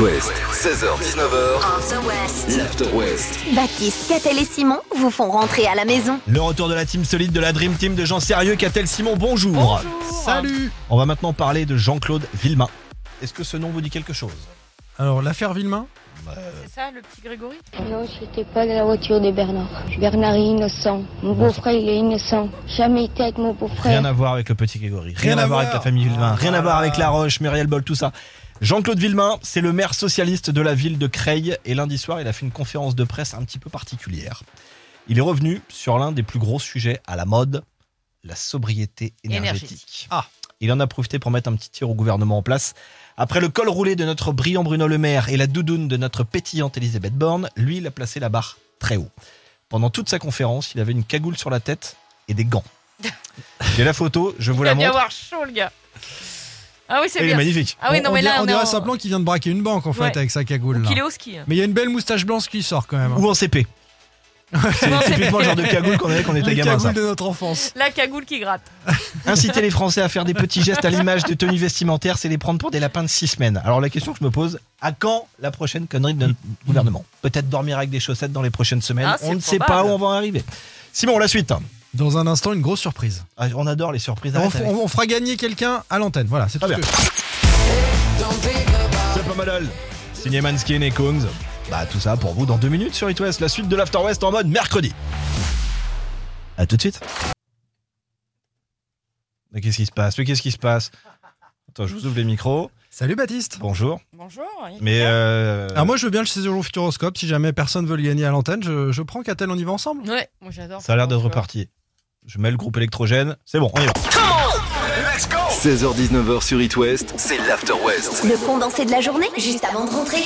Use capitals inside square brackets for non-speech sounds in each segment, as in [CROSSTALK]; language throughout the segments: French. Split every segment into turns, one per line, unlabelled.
West, 16h-19h,
After West.
l'After West.
Baptiste, Catel et Simon vous font rentrer à la maison.
Le retour de la team solide de la Dream Team de Jean Sérieux, Catel Simon, bonjour.
Salut
On va maintenant parler de Jean-Claude Villemain. Est-ce que ce nom vous dit quelque chose
Alors l'affaire Villemain
C'est ça, le petit Grégory
Non, j'étais pas dans la voiture de Bernard. Bernard est innocent. Mon beau-frère, il est innocent. Jamais été avec mon
Rien
beau-frère.
à voir avec le petit Grégory, rien, à voir Ah. avec la famille Villemain, rien à voir avec La Roche, Muriel Boll, tout ça. Jean-Claude Villemain, c'est le maire socialiste de la ville de Creil et lundi soir, il a fait une conférence de presse un petit peu particulière. Il est revenu sur l'un des plus gros sujets à la mode, la sobriété énergétique.
Énergétique.
Ah, il en a profité pour mettre un petit tir au gouvernement en place. Après le col roulé de notre brillant Bruno Le Maire et la doudoune de notre pétillante Elisabeth Borne, lui, il a placé la barre très haut. Pendant toute sa conférence, il avait une cagoule sur la tête et des
[LAUGHS]
gants. J'ai la photo, je vous
Il
la
va bien
montre.
avoir chaud, le gars. Ah oui, c'est
Elle est
bien.
magnifique.
Ah oui,
on,
non,
on
mais
dirait,
là,
on
on est
dirait
en-
Saplan qui vient de braquer une banque en fait
Ouais.
avec sa cagoule.
Donc
là.
il est au ski. hein.
Mais il y a une belle moustache blanche qui sort quand même. hein.
Ou en CP. C'est
Non, c'est-
typiquement le genre de cagoule qu'on avait quand on était
Les
gamin. ça.
cagoules de notre enfance.
La cagoule qui gratte.
Inciter les Français à faire des petits
[LAUGHS]
gestes à l'image de tenue vestimentaire, c'est les prendre pour des lapins de six semaines. Alors la question que je me pose, à quand la prochaine connerie de notre gouvernement Peut-être dormir avec des chaussettes dans les prochaines semaines.
Ah, c'est
on ne sait pas
probable.
où on va en arriver. Simon, la suite.
Dans un instant, une grosse surprise.
Ah, On adore les surprises.
On,
Arrête
f-
avec-
on- on fera gagner quelqu'un à l'antenne. Voilà, c'est tout.
Très
ce
Ah, bien.
que-
C'est pas mal. Signé Manskin et Combs. Bah tout ça pour vous dans deux minutes sur It West. La suite de l'After West en mode mercredi. À tout de suite. Mais qu'est-ce qui se passe Mais qu'est-ce qui se passe Attends, je vous ouvre les micros.
Salut Baptiste.
Bonjour.
Bonjour. il-
Mais euh,
Alors Ah, moi, je veux bien le saison futuroscope. Si jamais personne veut le gagner à l'antenne, je, je prends Catel, on y va ensemble.
Ouais, moi j'adore.
ça a l'air d'être
Tu vois.
reparti. Je mets le groupe électrogène. C'est bon, on y va.
16h-19h sur It West, c'est l'After West.
Le condensé de la journée, juste avant de rentrer.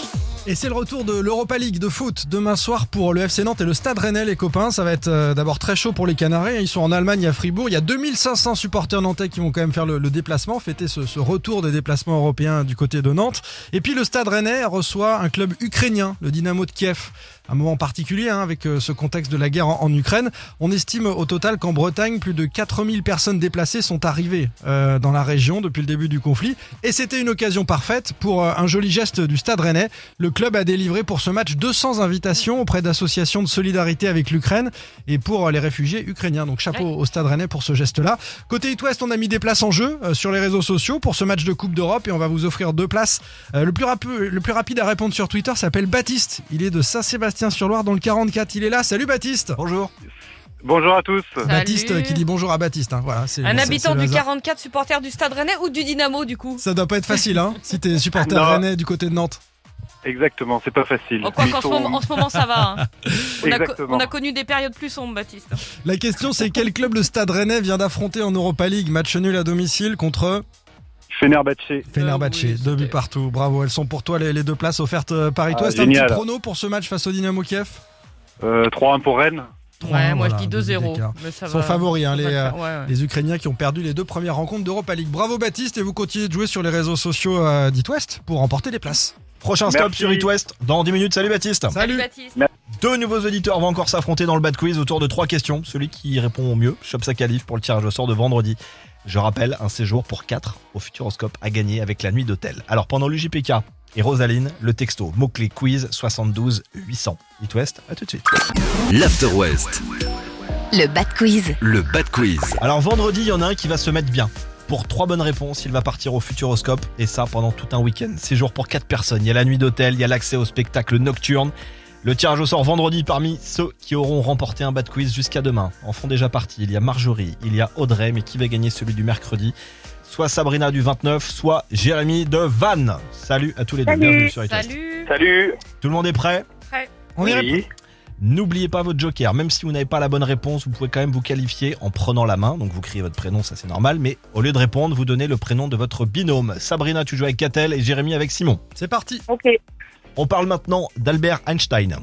Et c'est le retour de l'Europa League de foot demain soir pour le FC Nantes et le Stade Rennais, les copains. Ça va être euh, d'abord très chaud pour les Canarés. Ils sont en Allemagne, à Fribourg. Il y a 2500 supporters nantais qui vont quand même faire le, le déplacement, fêter ce, ce retour des déplacements européens du côté de Nantes. Et puis le Stade Rennais reçoit un club ukrainien, le Dynamo de Kiev. Un moment particulier hein, avec euh, ce contexte de la guerre en, en Ukraine. On estime au total qu'en Bretagne, plus de 4000 personnes déplacées sont arrivées euh, dans la région depuis le début du conflit. Et c'était une occasion parfaite pour euh, un joli geste du Stade Rennais. Le club a délivré pour ce match 200 invitations auprès d'associations de solidarité avec l'Ukraine et pour euh, les réfugiés ukrainiens. Donc chapeau au Stade Rennais pour ce geste-là. Côté It West, on a mis des places en jeu euh, sur les réseaux sociaux pour ce match de Coupe d'Europe et on va vous offrir deux places. Euh, le, plus rapi- le plus rapide à répondre sur Twitter s'appelle Baptiste. Il est de Saint-Sébastien-sur-Loire dans le 44. Il est là. Salut Baptiste.
Bonjour.
Bonjour à tous.
Salut.
Baptiste euh, qui dit bonjour à Baptiste. hein. Voilà, c'est-
Un
c'est-
habitant
c'est le
du
hasard.
44, supporter du Stade Rennais ou du Dynamo du coup
Ça doit pas être facile hein, si t'es supporter
Non.
rennais du côté de Nantes.
Exactement, c'est pas facile.
Oh, quoi
Mais
qu'en ce
ton-
moment- en ce moment ça
[LAUGHS]
va. hein. On, a co-
Exactement.
on a connu des périodes plus sombres, Baptiste.
La question c'est quel club le Stade Rennais vient d'affronter en Europa League Match nul à domicile contre
Fenerbahçe.
Fenerbahçe,
Ah oui,
deux buts
c'était-
partout. Bravo, elles sont pour toi les, les deux places offertes euh, par Ito.
Ah,
Est-ce un petit
génial.
prono pour ce match face au Dynamo Kiev
Euh, 3-1 pour Rennes.
ouais, moi
voilà,
je dis
deux buts
2-0.
d'écart.
mais ça
Ils sont
va.
favoris, hein,
Ça va
les,
le
euh,
faire, ouais, ouais.
les Ukrainiens qui ont perdu les deux premières rencontres d'Europa League. Bravo Baptiste et vous continuez de jouer sur les réseaux sociaux euh, d'It West pour remporter des places.
Prochain stop
Merci.
sur It West dans 10 minutes. Salut Baptiste.
Salut
Salut.
Baptiste.
Deux nouveaux auditeurs vont encore s'affronter dans le bad quiz autour de trois questions. Celui qui y répond au mieux chope sa qualif pour le tirage au sort de vendredi. Je rappelle, un séjour pour 4 au Futuroscope à gagner avec la nuit d'hôtel. Alors pendant l'UJPK et Rosaline, le texto mot-clé quiz 72 800. It West, à tout de suite.
L'After West,
Le Bat Quiz.
le Bad Quiz.
Alors vendredi, il y en a un qui va se mettre bien. Pour trois bonnes réponses, il va partir au Futuroscope et ça pendant tout un week-end. Séjour pour quatre personnes. Il y a la nuit d'hôtel, il y a l'accès au spectacle nocturne. Le tirage au sort vendredi parmi ceux qui auront remporté un bad quiz jusqu'à demain. En font déjà partie. Il y a Marjorie, il y a Audrey, mais qui va gagner celui du mercredi Soit Sabrina du 29, soit Jérémy de Vannes. Salut à tous les deux. Bienvenue sur It West.
Salut.
Salut.
Tout le monde est prêt
On y répond.
Oui.
N'oubliez pas votre joker, même si vous n'avez pas la bonne réponse, vous pouvez quand même vous qualifier en prenant la main, donc vous criez votre prénom, ça c'est normal, mais au lieu de répondre, vous donnez le prénom de votre binôme. Sabrina, tu joues avec Catel et Jérémy avec Simon.
C'est parti.
Oh,
On parle maintenant d'Albert Einstein.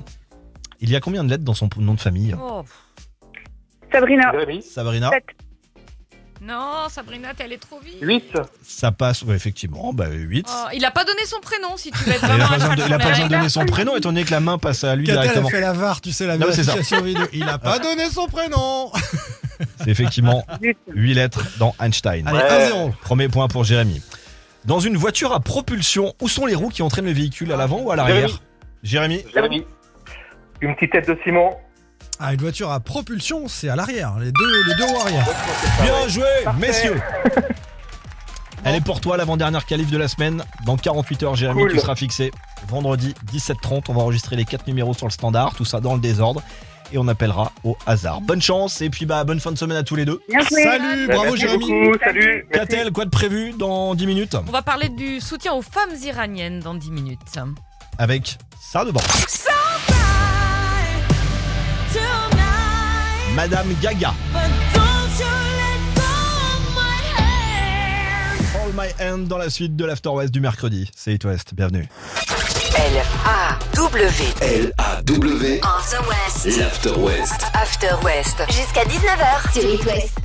Il y a combien de lettres dans son nom de famille
Oh, pff.
Sabrina,
Jérémy.
Sabrina,
Non, Sabrina, t'es allée trop vite.
8.
ça passe, ouais, effectivement, bah 8.
Oh, Ah, il a pas donné son prénom si tu veux être
Il
vraiment
a pas besoin de,
un
il a pas
chat
besoin de
de
donner son prénom, étant donné que la main passe à lui
Catel a
directement.
fait la VAR, tu sais, la
Non, mais c'est ça.
vérification vidéo. Il a
Ah.
pas donné son prénom.
C'est effectivement
Zut.
8 lettres dans Einstein.
Allez,
Ouais.
1-0.
Premier point pour Jérémy. Dans une voiture à propulsion, où sont les roues qui entraînent le véhicule à l'avant ou à l'arrière Jérémy,
Une petite tête de ciment.
Ah, une voiture à propulsion, c'est à l'arrière. Les deux, les deux roues arrière.
bien joué,
[LAUGHS]
messieurs Elle est pour toi l'avant-dernière qualif de la semaine. Dans 48 heures, Jérémy,
Cool.
tu seras fixé. Vendredi 17h30, on va enregistrer les 4 numéros sur le standard, tout ça dans le désordre. Et on appellera au hasard. Bonne chance et puis bah bonne fin de semaine à tous les deux.
Bien joué.
Salut, bravo
Merci
Jérémy.
beaucoup, salut. merci.
Catel, quoi de prévu dans 10 minutes
On va parler du soutien aux femmes iraniennes dans 10 minutes.
Avec ça devant. Madame Gaga. All My Hand dans la suite de l'After West du mercredi. C'est It West, bienvenue.
L-A-W.
L-A-W,
On the West.
l'After West.
After West.
Jusqu'à 19h sur It West.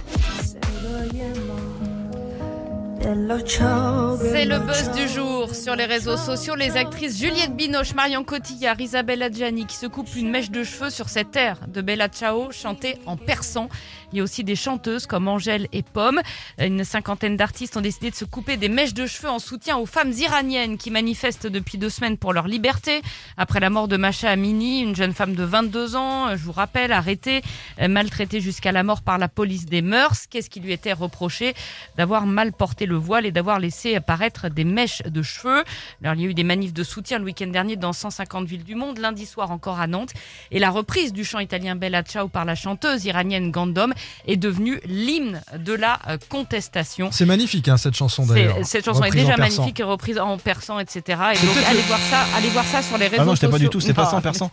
C'est le buzz du jour sur les réseaux sociaux. Les actrices Juliette Binoche, Marion Cotillard, Isabella Adjani qui se coupent une mèche de cheveux sur cet air de Bella Ciao chantée en persan. Il y a aussi des chanteuses comme Angèle et Pomme. Une cinquantaine d'artistes ont décidé de se couper des mèches de cheveux en soutien aux femmes iraniennes qui manifestent depuis deux semaines pour leur liberté. Après la mort de Macha Amini, une jeune femme de 22 ans, euh, je vous rappelle, arrêtée, euh, maltraitée jusqu'à la mort par la police des mœurs. Qu'est-ce qui lui était reproché D'avoir mal porté le voile et d'avoir laissé apparaître des mèches de cheveux. Alors, il y a eu des manifs de soutien le week-end dernier dans 150 villes du monde, lundi soir encore à Nantes. Et la reprise du chant italien Bella Ciao par la chanteuse iranienne Gandom est devenue l'hymne de la euh, contestation.
C'est magnifique hein, cette chanson d'ailleurs.
C'est- Cette chanson est
Reprise en
déjà
persan.
magnifique et reprise en persan, etc. Et
C'est
donc,
peut-être
allez voir ça, allez voir ça sur les réseaux
Ah non, je
sociaux.
t'ai pas du tout, c'est pas ça en
Ah.
persan.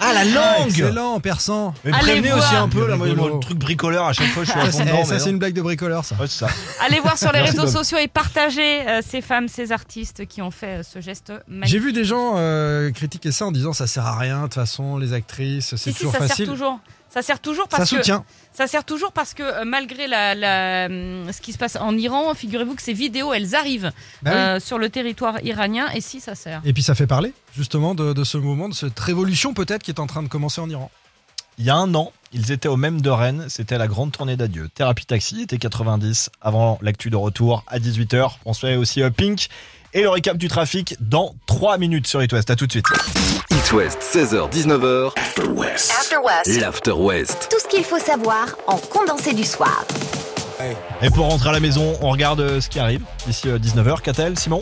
Ah la
langue
Excellent en persan.
Mais
Allez
prévenez
voir.
aussi un peu, là, moi,
Rigolo.
le truc bricoleur, à chaque fois, je suis à
Ça,
fond
c'est-
dedans.
eh, ça,
mais
c'est
non.
une blague de bricoleur ça.
Ouais, c'est ça.
[LAUGHS] Allez voir sur les
Merci,
réseaux
Bob.
sociaux et partagez euh, ces femmes, ces artistes qui ont fait euh, ce geste magnifique.
J'ai vu des gens euh, critiquer ça en disant ça sert à rien de toute façon les actrices c'est
Si, si,
toujours
ça
facile.
sert toujours. Ça sert toujours
ça
parce que
soutient.
ça sert toujours parce que euh, malgré la, la, hum, ce qui se passe en Iran, figurez-vous que ces vidéos elles arrivent
Bah oui.
euh, sur le territoire iranien et si ça sert.
Et puis ça fait parler justement de, de ce mouvement, de cette révolution peut-être qui est en train de commencer en Iran.
Il y a un an, ils étaient au même de Rennes, c'était la grande tournée d'adieu. Thérapie Taxi était 90, avant l'actu de retour à 18h. On se fait aussi euh, Pink et le récap du trafic dans 3 minutes sur It West. À tout de suite.
It West, 16h, 19h.
After West.
L'After West.
Tout ce qu'il faut savoir en condensé du soir.
Et pour rentrer à la maison, on regarde euh, ce qui arrive d'ici euh, 19h. Catel, Simon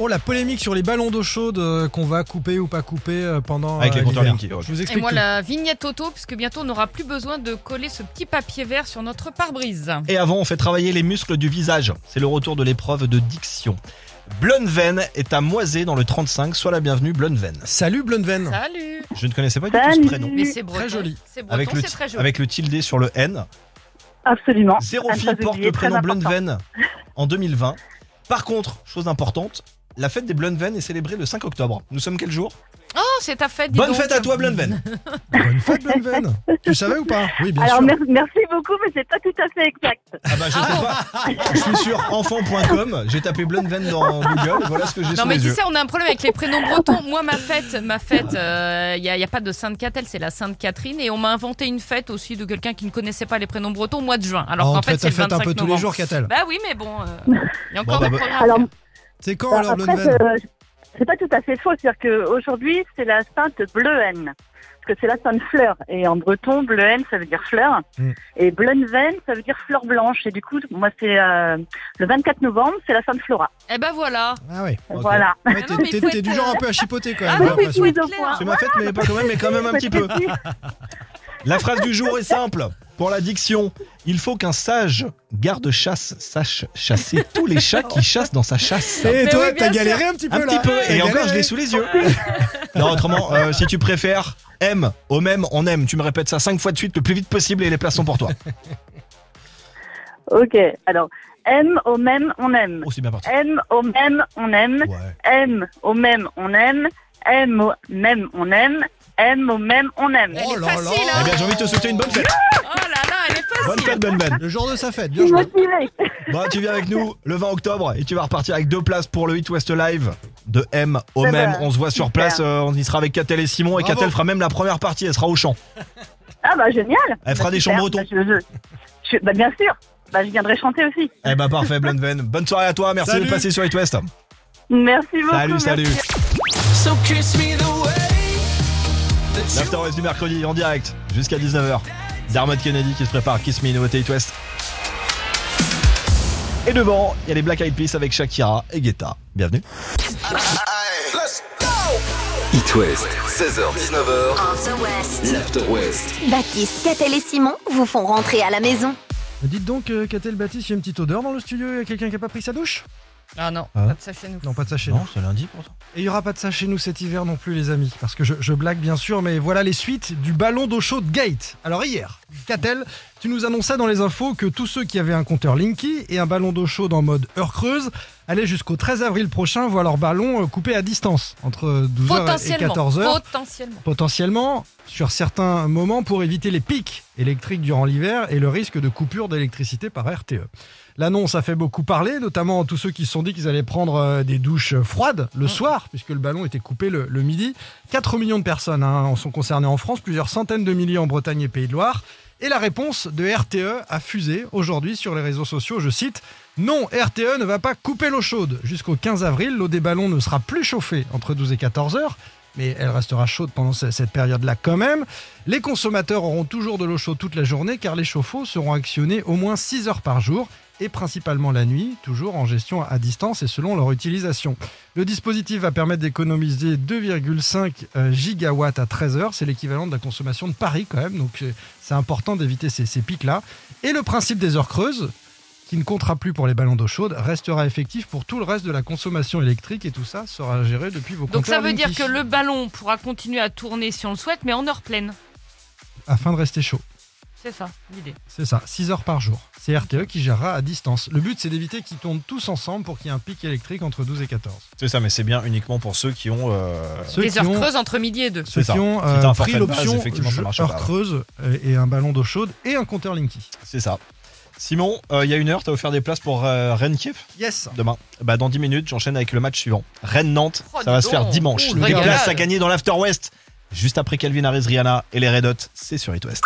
Oh la polémique sur les ballons d'eau chaude euh, qu'on va couper ou pas couper euh, pendant
Avec
euh,
les compteurs
l'hiver.
Linky, ouais.
Je vous
Et
explique.
moi
tout.
la vignette auto puisque bientôt on n'aura plus besoin de coller ce petit papier vert sur notre pare-brise.
Et avant, on fait travailler les muscles du visage. C'est le retour de l'épreuve de diction. Blondeven est à Moisé dans le 35. Sois la bienvenue, Blondeven.
Salut Blondeven.
Salut.
Je ne connaissais pas du tout ce
Salut.
prénom.
Mais c'est breton.
joli.
C'est breton,
Avec le,
c'est
ti-
très joli.
avec le tilde sur le N.
Absolument.
Zéro
Un
fille
phase
porte
oubliée,
le
très
prénom
important.
Blondeven en 2020. Par contre, chose importante, la fête des Blondeven est célébrée le 5 octobre. Nous sommes quel jour
Oh, c'est ta fête. dis
Bonne
donc.
fête à toi, Blondeven
Bonne fête Blondeven. tu savais ou pas Oui bien
Alors
sûr.
mer- merci beaucoup, mais c'est pas tout à fait exact.
Ah bah je sais pas, je suis sur enfant.com, j'ai tapé Blondeven dans Google, voilà ce que j'ai
Non
sur
mais
les
tu
yeux.
sais, on a un problème avec les prénoms bretons. Moi, ma fête, ma fête, il n'y a, y a pas de Sainte Catelle, c'est la Sainte Catherine. Et on m'a inventé une fête aussi de quelqu'un qui ne connaissait pas les prénoms bretons au mois de juin. Alors
Ah,
qu'en
on te
fait,
fait
c'est
ta
le
fête
25
un peu tous les
novembre.
jours Catel.
Bah oui, mais bon, il y a encore
Bon, bah,
un
bah.
programme.
Alors
C'est quand alors
Bah, après,
Blondeven
c'est- c'est pas tout à fait faux, c'est-à-dire qu'aujourd'hui c'est la sainte Bleuhen, parce que c'est la sainte fleur. Et en breton, Bleuhen ça veut dire fleur,
Mm.
et Bleuven ça veut dire fleur blanche. Et du coup, moi c'est euh, le 24 novembre, c'est la sainte Flora.
Eh ben voilà.
Ah ouais.
Ok.
Voilà.
Ouais,
Ah non, mais
t'es-
faut
T'es t'es du
être-
genre un peu à chipoter quand
Ah
même. hein,
oui,
j'ai l'impression.
oui, faut
oui,
être
donc,
clair.
C'est ma fête, mais pas quand même, mais quand même un petit peu. La phrase du jour est simple. Pour la diction, il faut qu'un sage garde-chasse sache chasser tous les chats qui chassent dans sa chasse.
Et
Mais
toi,
oui, bien
t'as
sûr.
galéré un petit peu
Un
là.
petit peu,
T'as
et encore je
galéré.
l'ai sous les yeux. non, autrement, euh, si tu préfères, aime, au même, on aime. Tu me répètes ça cinq fois de suite, le plus vite possible, et les places sont pour toi.
Ok, alors M au même on aime,
Oh, c'est bien parti.
M au même on aime,
Ouais.
M au même on aime, M au même on aime, M au même on aime.
Elle
Oh
est
là
facile.
là.
hein.
Eh bien, j'ai envie de te souhaiter une bonne fête.
Oh là là, elle est facile.
Bonne fête, bonne fête.
Le jour de sa fête,
Je
bien
suis
joué.
motivée.
Bon, tu viens avec nous le 20 octobre et tu vas repartir avec deux places pour le Hit West Live de M au
Ça
même.
va.
On se voit sur
Super.
place, euh, on y sera avec Catel et Simon, et
Bravo.
Catel fera même la première partie, elle sera au chant.
Ah bah génial
Elle fera des chants
Super.
bretons.
Bah, je- je- je- bah, bien sûr Bah, je viendrai chanter aussi.
Eh bah parfait, Blondven. Bonne soirée à toi, merci
Salut.
de passer sur It West.
Merci beaucoup.
Salut,
merci.
salut. L'After West du mercredi en direct jusqu'à 19h. Dermot Kennedy qui se prépare, Kiss Me, nouveauté It West. Et devant, il y a les Black Eyed Peas avec Shakira et Guetta. Bienvenue.
It West, 16h-19h,
After West.
l'After West.
Baptiste, Catel et Simon vous font rentrer à la maison.
Dites donc, euh, Catel Baptiste, il y a une petite odeur dans le studio. Il y a quelqu'un qui a pas pris sa douche
Ah non,
Ah.
pas de ça chez nous.
Non, pas de ça chez nous.
c'est lundi pourtant.
Et il n'y aura pas de ça chez nous cet hiver non plus, les amis. Parce que je, je blague bien sûr, mais voilà les suites du ballon d'eau chaude Gate. Alors hier, Catel, tu nous annonçais dans les infos que tous ceux qui avaient un compteur Linky et un ballon d'eau chaude en mode heure creuse allaient jusqu'au 13 avril prochain voir leur ballon euh, coupé à distance entre 12h et
Potentiellement.
14h.
Potentiellement.
Potentiellement, sur certains moments, pour éviter les pics électriques durant l'hiver et le risque de coupure d'électricité par RTE. L'annonce a fait beaucoup parler, notamment tous ceux qui se sont dit qu'ils allaient prendre euh, des douches froides le soir, puisque le ballon était coupé le, le midi. 4 millions de personnes hein, en sont concernées en France, plusieurs centaines de milliers en Bretagne et Pays de Loire. Et la réponse de RTE a fusé aujourd'hui sur les réseaux sociaux, je cite Non, RTE ne va pas couper l'eau chaude. Jusqu'au 15 avril, l'eau des ballons ne sera plus chauffée entre 12 et 14 heures, mais elle restera chaude pendant ce- cette période-là quand même. Les consommateurs auront toujours de l'eau chaude toute la journée car les chauffe-eau seront actionnés au moins 6 heures par jour et principalement la nuit, toujours en gestion à distance et selon leur utilisation. Le dispositif va permettre d'économiser 2,5 euh, gigawatts à 13 heures, c'est l'équivalent de la consommation de Paris quand même, donc euh, c'est important d'éviter ces, ces pics-là. Et le principe des heures creuses, qui ne comptera plus pour les ballons d'eau chaude, restera effectif pour tout le reste de la consommation électrique et tout ça sera géré depuis vos
Donc ça
compteurs
veut dire
Linky,
que le ballon pourra continuer à tourner si on le souhaite, mais en heure pleine.
Afin de rester chaud.
C'est ça l'idée.
C'est ça, 6 heures par jour. C'est RTE qui gérera à distance. Le but, c'est d'éviter qu'ils tournent tous ensemble pour qu'il y ait un pic électrique entre 12 et 14.
C'est ça, mais c'est bien uniquement pour ceux qui ont. euh,
Ceux
Des
qui
heures
ont-
creuses entre midi et deux.
Ceux
C'est
qui
ça.
ont
C'est
euh,
un forfait
pris
de base,
l'option
effectivement, ça
jeu-
marche
heure
pas.
creuse euh, et un ballon d'eau chaude et un compteur Linky.
C'est ça. Simon, euh, il y a une heure, t'as offert des places pour euh, Rennes Kiev
Yes
demain. Bah, dans 10 minutes, j'enchaîne avec le match suivant. Rennes-Nantes,
Oh,
ça va
dis
se faire
donc.
dimanche.
Oh, le
des
régal.
places à gagner dans l'After West. Juste après Calvin Harris, Rihanna et les Red Hot, c'est sur It West.